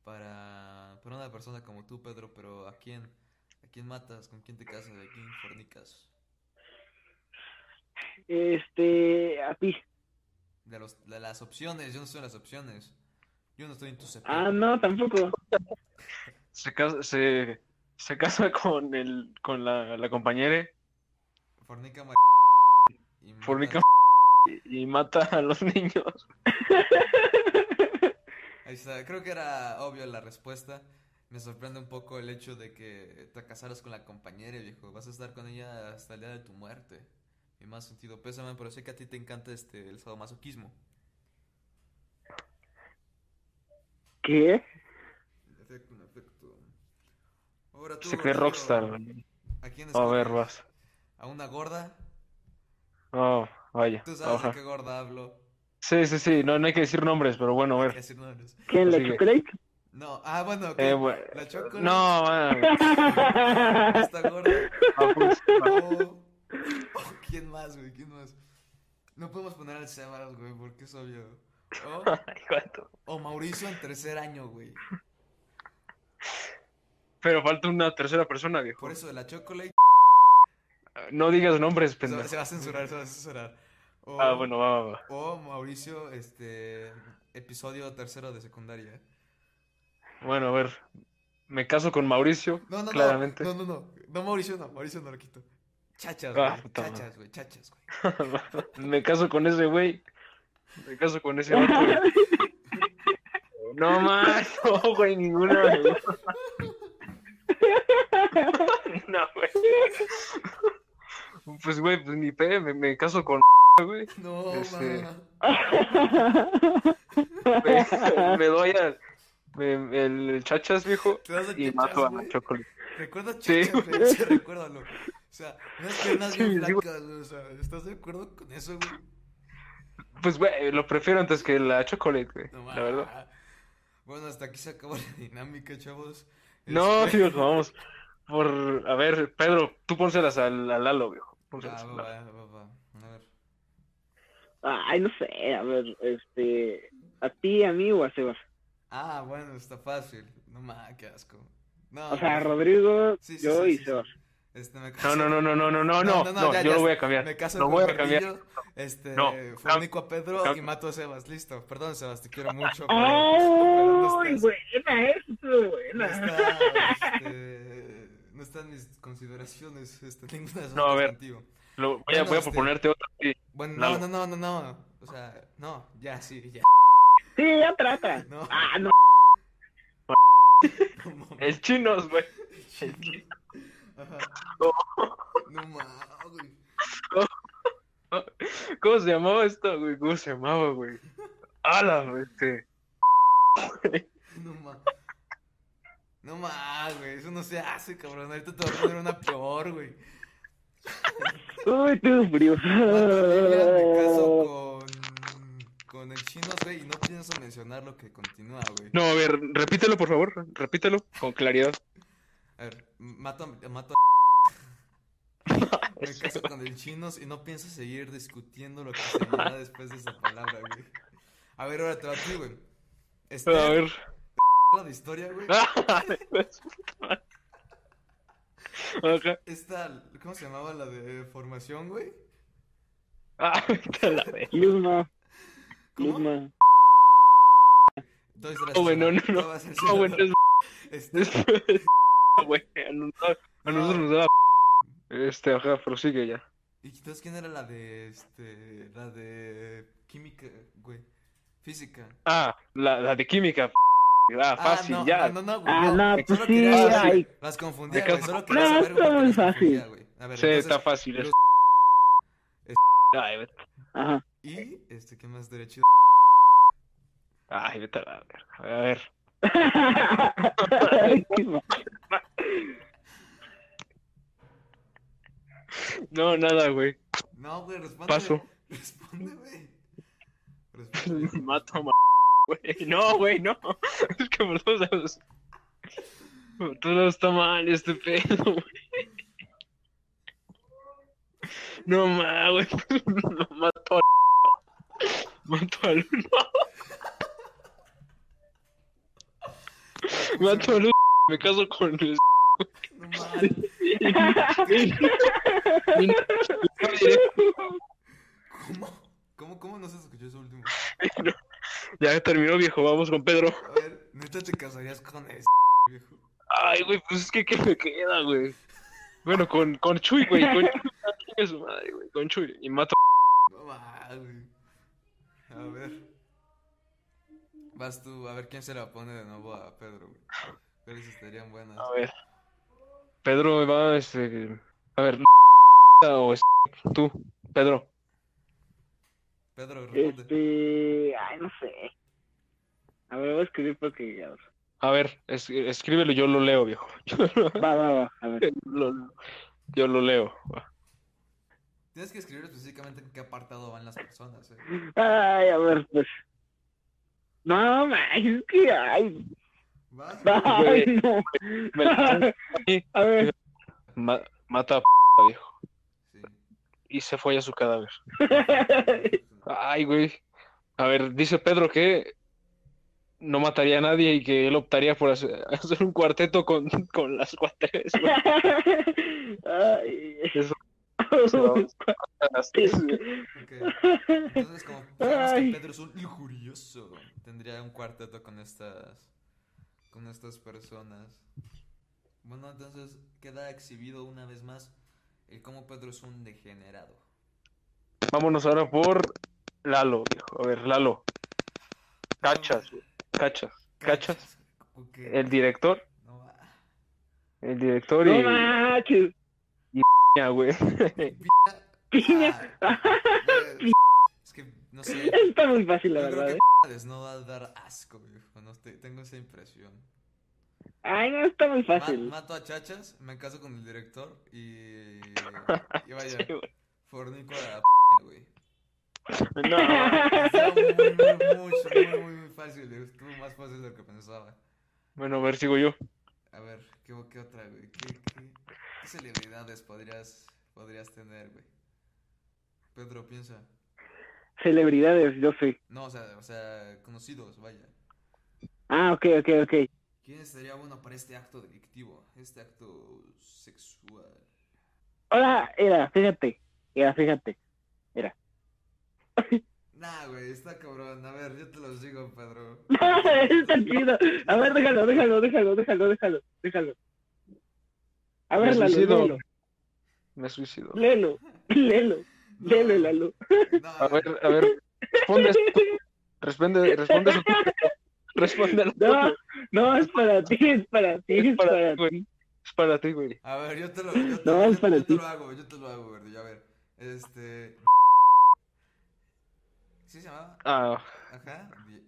Speaker 3: para, para una persona como tú, Pedro, pero ¿a quién, a quién matas? ¿Con quién te casas? ¿A quién fornicas?
Speaker 2: Este, a ti.
Speaker 3: De, los, de las opciones, yo no estoy en las opciones. Yo no estoy en tu CP.
Speaker 2: Ah, no, tampoco.
Speaker 1: Se casa, se, se casa con el, con la, la compañera,
Speaker 3: Fornica ma- y matas-
Speaker 1: fornica y y mata a los niños.
Speaker 3: Ahí está, creo que era obvio la respuesta. Me sorprende un poco el hecho de que te casaras con la compañera, viejo. Vas a estar con ella hasta el día de tu muerte. Y más sentido pésame, pero sé que a ti te encanta este el sadomasoquismo.
Speaker 2: ¿Qué?
Speaker 3: En efecto, en efecto. Pero tú,
Speaker 1: Se cree
Speaker 3: Rodrigo,
Speaker 1: rockstar.
Speaker 3: ¿a quién
Speaker 1: A ver,
Speaker 3: escoges?
Speaker 1: vas.
Speaker 3: ¿A una gorda?
Speaker 1: Oh, vaya.
Speaker 3: Tú sabes de
Speaker 1: Ajá.
Speaker 3: qué gorda hablo.
Speaker 1: Sí, sí, sí. No, no hay que decir nombres, pero bueno, a
Speaker 3: Hay que
Speaker 1: ver.
Speaker 3: decir nombres.
Speaker 2: ¿Quién? ¿La
Speaker 1: Sigue.
Speaker 2: chocolate?
Speaker 3: No, ah, bueno, ok.
Speaker 1: Eh, bueno,
Speaker 3: La chocolate
Speaker 1: No, ah, man.
Speaker 3: está gorda.
Speaker 1: Ah, pues, ah,
Speaker 3: O- o Oh, ¿Quién más, güey? ¿Quién más? No podemos poner al Semaras, güey, porque es obvio. O,
Speaker 1: hijo de tu-
Speaker 3: o Mauricio en tercer año, güey.
Speaker 1: Pero falta una tercera persona, viejo.
Speaker 3: Por eso, la chocolate
Speaker 1: No digas nombres,
Speaker 3: se va,
Speaker 1: pendejo.
Speaker 3: se va a censurar, se va a censurar. O,
Speaker 1: Ah, bueno, va, va, va.
Speaker 3: o Mauricio, este, episodio tercero de secundaria.
Speaker 1: Bueno, a ver. Me caso con Mauricio,
Speaker 3: No, no,
Speaker 1: claramente.
Speaker 3: no, no, no, no, no, Mauricio no, Mauricio no lo quito. Chachas,
Speaker 1: Ah,
Speaker 3: güey,
Speaker 1: puta madre.
Speaker 3: chachas, güey, chachas, güey.
Speaker 1: Me caso con ese güey. Me caso con ese otro. güey. No más, no, güey, ninguna. güey. No, güey. Pues, güey, pues ni pe, me, me caso con güey.
Speaker 3: No,
Speaker 1: Este-
Speaker 3: mamá.
Speaker 1: Me, me doy al me- el, el chachas, viejo,
Speaker 3: Te vas a
Speaker 1: y
Speaker 3: chachas,
Speaker 1: mato a
Speaker 3: güey.
Speaker 1: Chocolate.
Speaker 3: Recuerda
Speaker 1: Sí,
Speaker 3: Chachas, güey, sí, recuérdalo. O sea, unas piernas bien
Speaker 1: Sí, sí, güey.
Speaker 3: flacas, güey, o sea, ¿estás de acuerdo con eso, güey?
Speaker 1: Pues, güey, lo prefiero antes que la Chocolate, güey,
Speaker 3: No,
Speaker 1: la verdad.
Speaker 3: ma. Bueno, hasta aquí se acabó la dinámica, chavos.
Speaker 1: No,
Speaker 3: Este,
Speaker 1: tío, vamos. Por, a ver, Pedro, tú pónselas al, al Lalo, viejo.
Speaker 3: va,
Speaker 1: Pónselas al
Speaker 3: ah, va,
Speaker 1: Lalo.
Speaker 3: va, va, va. A ver.
Speaker 2: Ay, no sé, a ver, este, ¿a ti, a mí o a Sebas?
Speaker 3: Ah, bueno, está fácil. No ma, qué asco. No,
Speaker 2: O sea,
Speaker 3: no.
Speaker 2: Rodrigo,
Speaker 3: Ah, Sí, sí,
Speaker 2: yo
Speaker 3: sí,
Speaker 2: y
Speaker 3: sí, sí.
Speaker 2: Sebas.
Speaker 3: Este, me
Speaker 1: No,
Speaker 3: caso-
Speaker 1: no, no, no, no, no, no,
Speaker 3: No,
Speaker 1: no,
Speaker 3: no, no,
Speaker 1: no,
Speaker 3: ya,
Speaker 1: yo
Speaker 3: ya,
Speaker 1: lo voy a cambiar.
Speaker 3: Me caso
Speaker 1: Lo
Speaker 3: con
Speaker 1: voy a cambiar.
Speaker 3: Gordillo, este,
Speaker 1: No,
Speaker 3: fornico a Pedro
Speaker 1: cam-
Speaker 3: y mato a Sebas, listo. Perdón, Sebas, te quiero mucho, pero, pues, pero no
Speaker 2: ¡Ay,
Speaker 3: estás-
Speaker 2: buena, eso estuvo
Speaker 3: no
Speaker 2: buena!
Speaker 3: está, este, no están mis consideraciones, este, ninguna de esas
Speaker 1: No, a
Speaker 3: otras
Speaker 1: ver.
Speaker 3: contigo.
Speaker 1: Lo- voy a,
Speaker 3: Bueno,
Speaker 1: voy a
Speaker 3: este-
Speaker 1: proponerte otra. sí.
Speaker 3: Bueno, no,
Speaker 1: Lalo.
Speaker 3: no, no, no, no, o sea, no, ya, sí, ya,
Speaker 2: Sí, otra, otra.
Speaker 3: no,
Speaker 2: Ah, no,
Speaker 3: no mames.
Speaker 1: El chinos, güey.
Speaker 3: Ajá.
Speaker 1: No.
Speaker 3: No mames, güey.
Speaker 1: ¿Cómo se llamaba esto, güey? ¿Cómo se llamaba, güey? Ala, güey, este.
Speaker 3: No mames. No mames, güey, eso no se hace, cabrón. Ahorita te voy a poner una peor, güey.
Speaker 2: uy, tengo frío.
Speaker 3: Cuando llegas, me caso con, con el chino, güey, y no pienso mencionar lo que continúa, güey.
Speaker 1: No, a ver, repítelo, por favor. Repítelo con claridad.
Speaker 3: A ver, mato, a- mato a... Me caso con el chino y no pienso seguir discutiendo lo que se dirá después de esa palabra, güey. A ver, ahora te va a ti, güey.
Speaker 1: A
Speaker 3: Este,
Speaker 1: ver.
Speaker 3: la de historia, güey.
Speaker 1: Ajá.
Speaker 3: Esta, ¿cómo se llamaba la de formación, güey?
Speaker 1: Ah, vete a la verga.
Speaker 2: Luzma,
Speaker 3: ¿Cómo?
Speaker 2: Luzma.
Speaker 3: Doy gracias.
Speaker 1: No, güey, no, no,
Speaker 3: va a ser
Speaker 1: No, güey,
Speaker 3: senador.
Speaker 1: no
Speaker 3: Este,
Speaker 1: es- no, güey, a nos- a nosotros nos da la p- Este, ajá, prosigue ya.
Speaker 3: ¿Y entonces quién era la de este, la de química, güey? Física.
Speaker 1: Ah, la, la de química. p- Ah, fácil,
Speaker 3: no,
Speaker 1: ya.
Speaker 3: No, no, no, güey,
Speaker 2: Ah,
Speaker 3: no.
Speaker 2: no, pues
Speaker 3: Solo
Speaker 2: sí,
Speaker 3: quería saber-
Speaker 2: ay.
Speaker 3: Las confundía,
Speaker 1: De
Speaker 3: güey.
Speaker 1: caso-
Speaker 3: Solo quería
Speaker 2: No,
Speaker 3: saber, güey,
Speaker 2: está
Speaker 3: por qué
Speaker 2: muy
Speaker 3: las confundía,
Speaker 2: fácil.
Speaker 3: güey. A ver,
Speaker 1: sí,
Speaker 3: entonces,
Speaker 1: está fácil.
Speaker 3: los-
Speaker 1: es- Ay, vete,
Speaker 2: Ajá.
Speaker 3: y este, ¿qué más derecho?
Speaker 1: ay, vete a la verga. A ver.
Speaker 2: Qué mal.
Speaker 1: No, nada, güey.
Speaker 3: No, güey, responde.
Speaker 1: Paso.
Speaker 3: Responde, güey. Responde. güey.
Speaker 1: Mato a ma- güey. No, güey, no. Es que por todos lados. Por todos lados está mal este pedo, güey. No ma, güey. No, mato a Mato a Mato a Me caso con el
Speaker 3: No mames. ¿Cómo? ¿Cómo, cómo no se escuchó ese último?
Speaker 1: Ya terminó, viejo. Vamos con Pedro.
Speaker 3: A ver, neta te casarías con ese, viejo.
Speaker 1: Ay, güey, pues es que ¿qué me queda, güey? Bueno, con, con Chuy, güey, con Chuy, ah, chingue su madre, güey, con Chuy, y mato.
Speaker 3: No mames, güey. A ver. Vas tú, a ver quién se la pone de nuevo a Pedro, güey. ¿Cuáles estarían buenas?
Speaker 1: A ver. Pedro va, este. A ver, o es- tú, Pedro.
Speaker 3: Pedro, responde.
Speaker 1: Este,
Speaker 2: Este, ay, no sé. A ver, voy a escribir porque ya.
Speaker 1: A A ver, es- escríbelo, yo lo leo, viejo. Yo lo,
Speaker 2: Va, va, va. A ver.
Speaker 1: lo- yo lo leo.
Speaker 3: Tienes que escribir específicamente en qué apartado van las personas, eh.
Speaker 2: Ay, a ver, pues. No, ma, es que. Ay,
Speaker 3: Vas,
Speaker 2: ay, no.
Speaker 1: Me la-
Speaker 2: A ver.
Speaker 1: Ma- mata a p, viejo.
Speaker 3: Sí.
Speaker 1: Y se fue a su cadáver.
Speaker 3: Sí,
Speaker 1: Ay, güey. A ver, dice Pedro que no mataría a nadie y que él optaría por hacer, hacer un cuarteto con, con las cuatres, güey.
Speaker 2: Ay.
Speaker 1: Eso. Se va
Speaker 2: Ay,
Speaker 1: a hacer.
Speaker 3: ok. Entonces, como sabemos que
Speaker 2: Ay.
Speaker 3: Pedro es un lujurioso, tendría un cuarteto con estas, con estas personas. Bueno, entonces queda exhibido una vez más el cómo Pedro es un degenerado.
Speaker 1: Vámonos ahora por Lalo, viejo. A ver, Lalo. Cachas, güey. Cachas. Cachas.
Speaker 3: ok.
Speaker 1: El director.
Speaker 3: No va.
Speaker 1: El director
Speaker 2: No
Speaker 1: y
Speaker 2: manches.
Speaker 1: Piña, güey.
Speaker 2: Piña.
Speaker 3: Ah, güey, es que no sé.
Speaker 2: Está muy fácil, la
Speaker 3: Yo creo
Speaker 2: verdad.
Speaker 3: que
Speaker 2: ¿eh?
Speaker 3: Hades no va a dar asco, viejo. No te- tengo esa impresión.
Speaker 2: Ay, no, está muy
Speaker 3: Ma-
Speaker 2: fácil.
Speaker 3: mato a chachas, me caso con el director y. Y
Speaker 1: Sí,
Speaker 3: vaya,
Speaker 1: güey.
Speaker 3: fornico a la p, güey.
Speaker 1: No,
Speaker 3: Estuvo muy, muy, muy, muy, muy fácil, viejo. Estuvo más fácil de lo que pensaba.
Speaker 1: Bueno, a ver, sigo yo.
Speaker 3: A ver, ¿qué, qué otra, güey? ¿Qué, qué, qué celebridades podrías, podrías tener, güey? Pedro, piensa.
Speaker 2: Celebridades, yo sé.
Speaker 3: No, o sea, o sea, conocidos, vaya.
Speaker 2: Ah, ok, ok, ok.
Speaker 3: ¿Quién estaría bueno para este acto delictivo? Este acto sexual.
Speaker 2: Hola, era, fíjate. Era, fíjate.
Speaker 3: Nah, güey, está cabrón. A ver, yo te los digo, Pedro.
Speaker 2: está chido. A ver, déjalo, déjalo, déjalo, déjalo, déjalo, déjalo. A
Speaker 1: Me
Speaker 2: ver, Lalo,
Speaker 1: suicido.
Speaker 2: léelo,
Speaker 1: Me suicido.
Speaker 2: léelo, léelo, léelo, Lalo.
Speaker 3: No,
Speaker 1: A ver, a ver. Responde. esto. Responde, responde. eso tú, Pedro. Responde. lo
Speaker 2: No,
Speaker 1: tú.
Speaker 2: no, es para ti, es para ti, es para ti.
Speaker 1: güey. Es para ti, güey.
Speaker 3: A ver, yo te lo, yo te,
Speaker 2: No,
Speaker 3: yo-
Speaker 2: es para
Speaker 3: yo te
Speaker 2: ti.
Speaker 3: lo hago, yo te lo hago, Verdi. A ver, este. ¿Sí se llamaba?
Speaker 1: Ah,
Speaker 3: Ajá. Bien.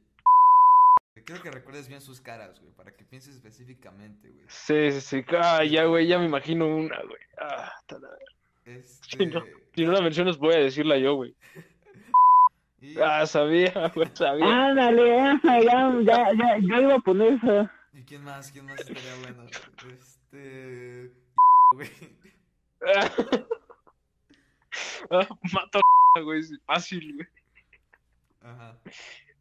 Speaker 3: Quiero que recuerdes bien sus caras, güey, para que pienses específicamente, güey.
Speaker 1: sí, sí, sí. Ah, ya, güey, ya me imagino una, güey. Ah, tada.
Speaker 3: Este.
Speaker 1: no. si no la mencionas, voy a decirla yo, güey.
Speaker 3: Y,
Speaker 1: Ah, sabía, güey, sabía.
Speaker 2: Ándale, ajá, ya, ya, ya, yo iba a poner eso.
Speaker 3: ¿Y quién más? ¿Quién más estaría bueno? Este. Güey.
Speaker 1: Ah, mato a güey, sí, fácil, güey.
Speaker 3: Ajá.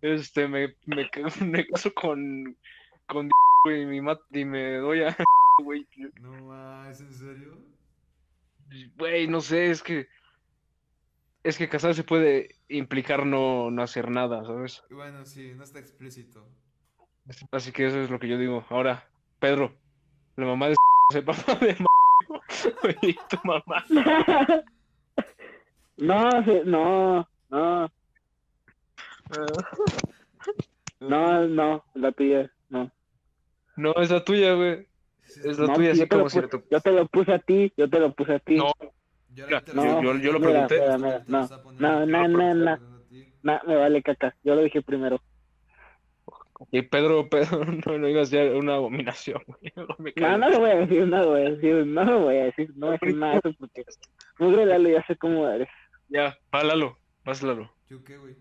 Speaker 1: Este, me, me, ca- me caso con, con, güey, y me, mat- y me doy a, güey.
Speaker 3: No más, ¿en serio?
Speaker 1: Güey, no sé, es que, es que casarse puede implicar no, no hacer nada, ¿sabes?
Speaker 3: Bueno, sí, no está explícito.
Speaker 1: Así que eso es lo que yo digo. Ahora, Pedro, la mamá de es el papá de Mario, y tu mamá.
Speaker 2: No, se- no, no, no, no, la tuya, no.
Speaker 1: No, es la tuya, güey.
Speaker 3: Sí,
Speaker 1: Es
Speaker 3: sí.
Speaker 1: la
Speaker 2: No,
Speaker 1: tuya,
Speaker 2: yo
Speaker 1: así
Speaker 2: te lo
Speaker 1: como si
Speaker 2: puse-
Speaker 1: tu-
Speaker 2: Yo te lo puse a ti, yo te lo puse a ti.
Speaker 1: No,
Speaker 3: Yo
Speaker 1: Mira,
Speaker 3: ahorita
Speaker 2: yo-
Speaker 3: lo-
Speaker 1: yo- yo lo
Speaker 3: ahorita
Speaker 1: pregunté.
Speaker 2: Mira, mira,
Speaker 3: ahorita lo
Speaker 2: no,
Speaker 3: está poniendo
Speaker 2: no,
Speaker 3: a ti,
Speaker 2: no, no,
Speaker 3: ahorita lo está poniendo a ti.
Speaker 2: No, me vale caca, yo lo dije primero.
Speaker 1: Y Pedro, Pedro, no, no iba a ser una abominación, güey. Me
Speaker 2: No,
Speaker 1: cago.
Speaker 2: no lo voy a decir, no lo voy a decir, no lo voy a decir, no voy a decir nada de eso porque. Mugre Lalo, ya sé cómo eres.
Speaker 1: Ya, va Lalo, vas Lalo.
Speaker 3: ¿Yo qué, güey?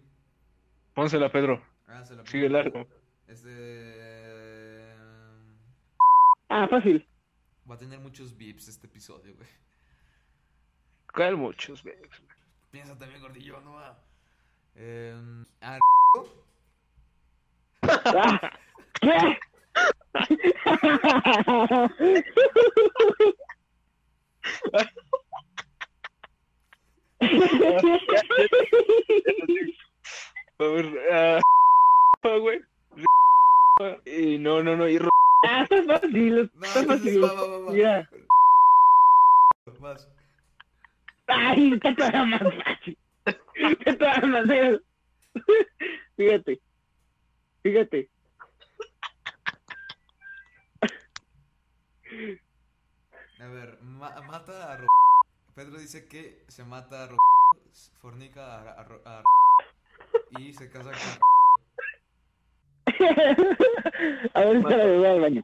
Speaker 1: Pónsela, Pedro.
Speaker 3: Ah, se la
Speaker 1: Sigue
Speaker 3: pongo.
Speaker 1: largo.
Speaker 3: Este.
Speaker 2: Ah, fácil.
Speaker 3: Va a tener muchos vips este episodio, güey.
Speaker 1: Caen muchos, güey.
Speaker 3: Piensa también, gordillo, no va. Em, ah,
Speaker 2: Ah, ¿Qué?
Speaker 1: A ver, ah, güey. Y no, no, no, y ro-
Speaker 2: Ah, está fácil,
Speaker 3: No,
Speaker 2: está fácil.
Speaker 3: va, va, va, va.
Speaker 2: Mira.
Speaker 3: Vas.
Speaker 2: Ay, está todavía más fácil. Está todavía más fácil. Fíjate. Fíjate.
Speaker 3: A ver, ma- mata a Ro... Pedro dice que se mata a Ro... fornica a, a Ro- a Ro- y se casa con
Speaker 2: a ver, espera, me voy al baño.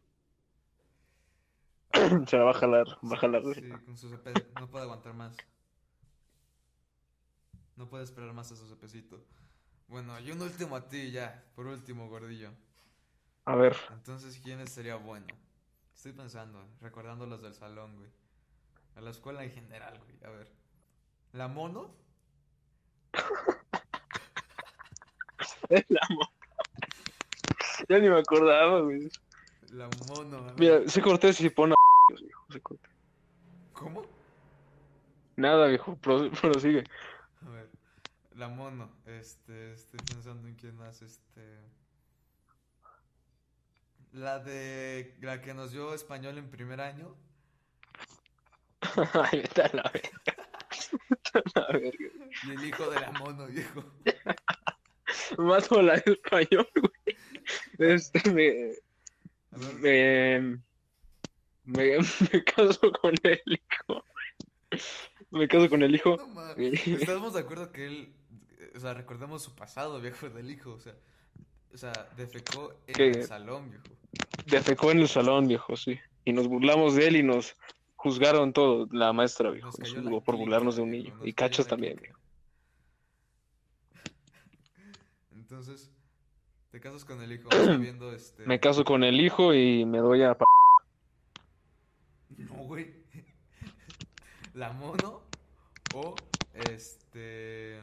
Speaker 1: Se la va a jalar, va a jalar. güey.
Speaker 3: Sí, con su CP, no puede aguantar más. No puede esperar más a su cepecito. Bueno, y un último a ti ya, por último, gordillo.
Speaker 1: A ver,
Speaker 3: Entonces, ¿quién sería bueno? Estoy pensando, recordando los del salón, güey. A la escuela en general, güey. A ver. ¿La mono?
Speaker 1: ya ni me acordaba, güey.
Speaker 3: La mono, a ver.
Speaker 1: Mira, sí corté si pone viejo, sí corté.
Speaker 3: ¿Cómo?
Speaker 1: Nada, viejo, pro- prosigue.
Speaker 3: A ver. La mono. Este, estoy pensando en quién más, este. La de. La que nos dio español en primer año.
Speaker 1: Ay, vete a la verga. Vete a la verga.
Speaker 3: Y el hijo de la mono, viejo.
Speaker 1: Más la de español, güey. Este, me,
Speaker 3: A ver,
Speaker 1: me, me, me caso con el hijo. Me caso con el hijo.
Speaker 3: No mames. Estamos de acuerdo que él, o sea, recordemos su pasado, viejo, del hijo, o sea, o sea, defecó en
Speaker 1: ¿Qué?
Speaker 3: el salón, viejo.
Speaker 1: Defecó en el salón, viejo, sí. Y nos burlamos de él y nos juzgaron todo. La maestra, viejo,
Speaker 3: Nos
Speaker 1: nos
Speaker 3: cayó la
Speaker 1: juzgó por
Speaker 3: clica,
Speaker 1: burlarnos de un
Speaker 3: viejo,
Speaker 1: niño.
Speaker 3: nos
Speaker 1: Y
Speaker 3: cayó
Speaker 1: cachos
Speaker 3: la
Speaker 1: también,
Speaker 3: clica.
Speaker 1: viejo.
Speaker 3: Entonces, te casas con el hijo, sabiendo este...
Speaker 1: Me caso con el hijo y me doy a... pa-
Speaker 3: No, güey. La mono o este...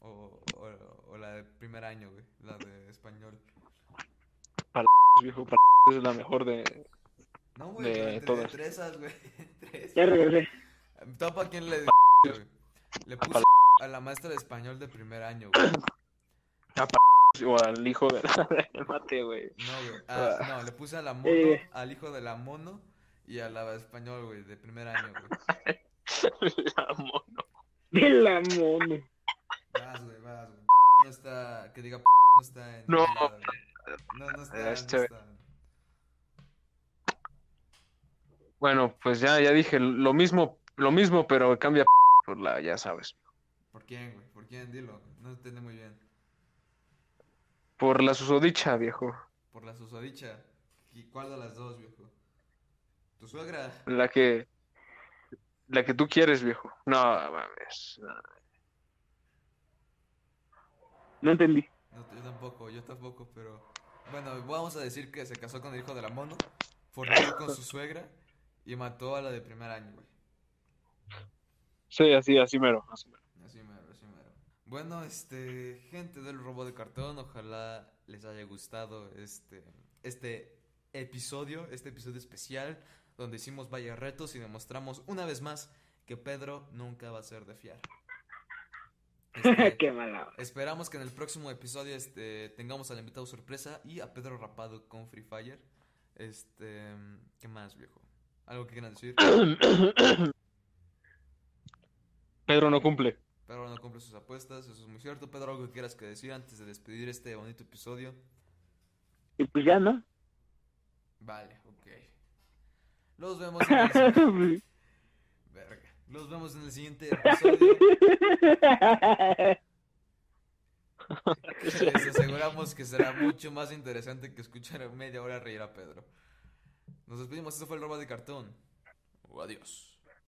Speaker 3: O, o- o la de primer año, güey, la de español.
Speaker 1: viejo, pa- es la mejor de...
Speaker 3: No, güey,
Speaker 1: De
Speaker 3: pero entre
Speaker 1: todas.
Speaker 3: entre esas, güey, entre esas.
Speaker 2: Ya regresé.
Speaker 3: ¿Topa quién le güey? Le puso a la maestra de español de primer año, güey.
Speaker 1: O al hijo de... del mate, güey.
Speaker 3: No, güey. Ah, no, le puse a la mono,
Speaker 2: Eh.
Speaker 3: al hijo de la mono y a la de español, güey, de primer año, güey.
Speaker 1: La mono.
Speaker 2: De la mono.
Speaker 3: Vas, güey, vas, güey. No está, que diga p no está en
Speaker 1: No.
Speaker 3: ningún lado, güey. No, no está, no
Speaker 1: Este-
Speaker 3: está.
Speaker 1: Bueno, pues ya, ya dije lo mismo, lo mismo, pero cambia por la, ya sabes.
Speaker 3: ¿Por quién, güey? ¿Por quién? Dilo. No entendí muy bien.
Speaker 1: Por la susodicha, viejo.
Speaker 3: Por la susodicha. ¿Y ¿Cuál de las dos, viejo? ¿Tu suegra?
Speaker 1: La que, la que tú quieres, viejo. No, mames. no.
Speaker 2: No entendí.
Speaker 3: No, yo tampoco, yo tampoco, pero bueno, vamos a decir que se casó con el hijo de la mono, fornicó con su suegra y mató a la de primer año, güey.
Speaker 1: Sí, así, así mero, así mero.
Speaker 3: Así mero, así mero. Bueno, este, gente del robo de cartón, ojalá les haya gustado este, este episodio, este episodio especial, donde hicimos varios retos y demostramos una vez más que Pedro nunca va a ser de fiar. Este,
Speaker 2: Qué mala.
Speaker 3: Esperamos que en el próximo episodio este, tengamos al invitado sorpresa y a Pedro Rapado con Free Fire. Este, ¿qué más, viejo? Algo que quieran decir.
Speaker 1: Pedro no cumple.
Speaker 3: Pedro no cumple sus apuestas, eso es muy cierto. Pedro, algo que quieras que decir antes de despedir este bonito episodio.
Speaker 2: Y pues ya, ¿no?
Speaker 3: Vale, ok. Los vemos en el siguiente.
Speaker 2: Pues,
Speaker 3: Verga. Los vemos en el siguiente episodio. Les aseguramos que será mucho más interesante que escuchar media hora reír a Pedro. Nos despedimos, esto fue el robo de cartón. Adiós.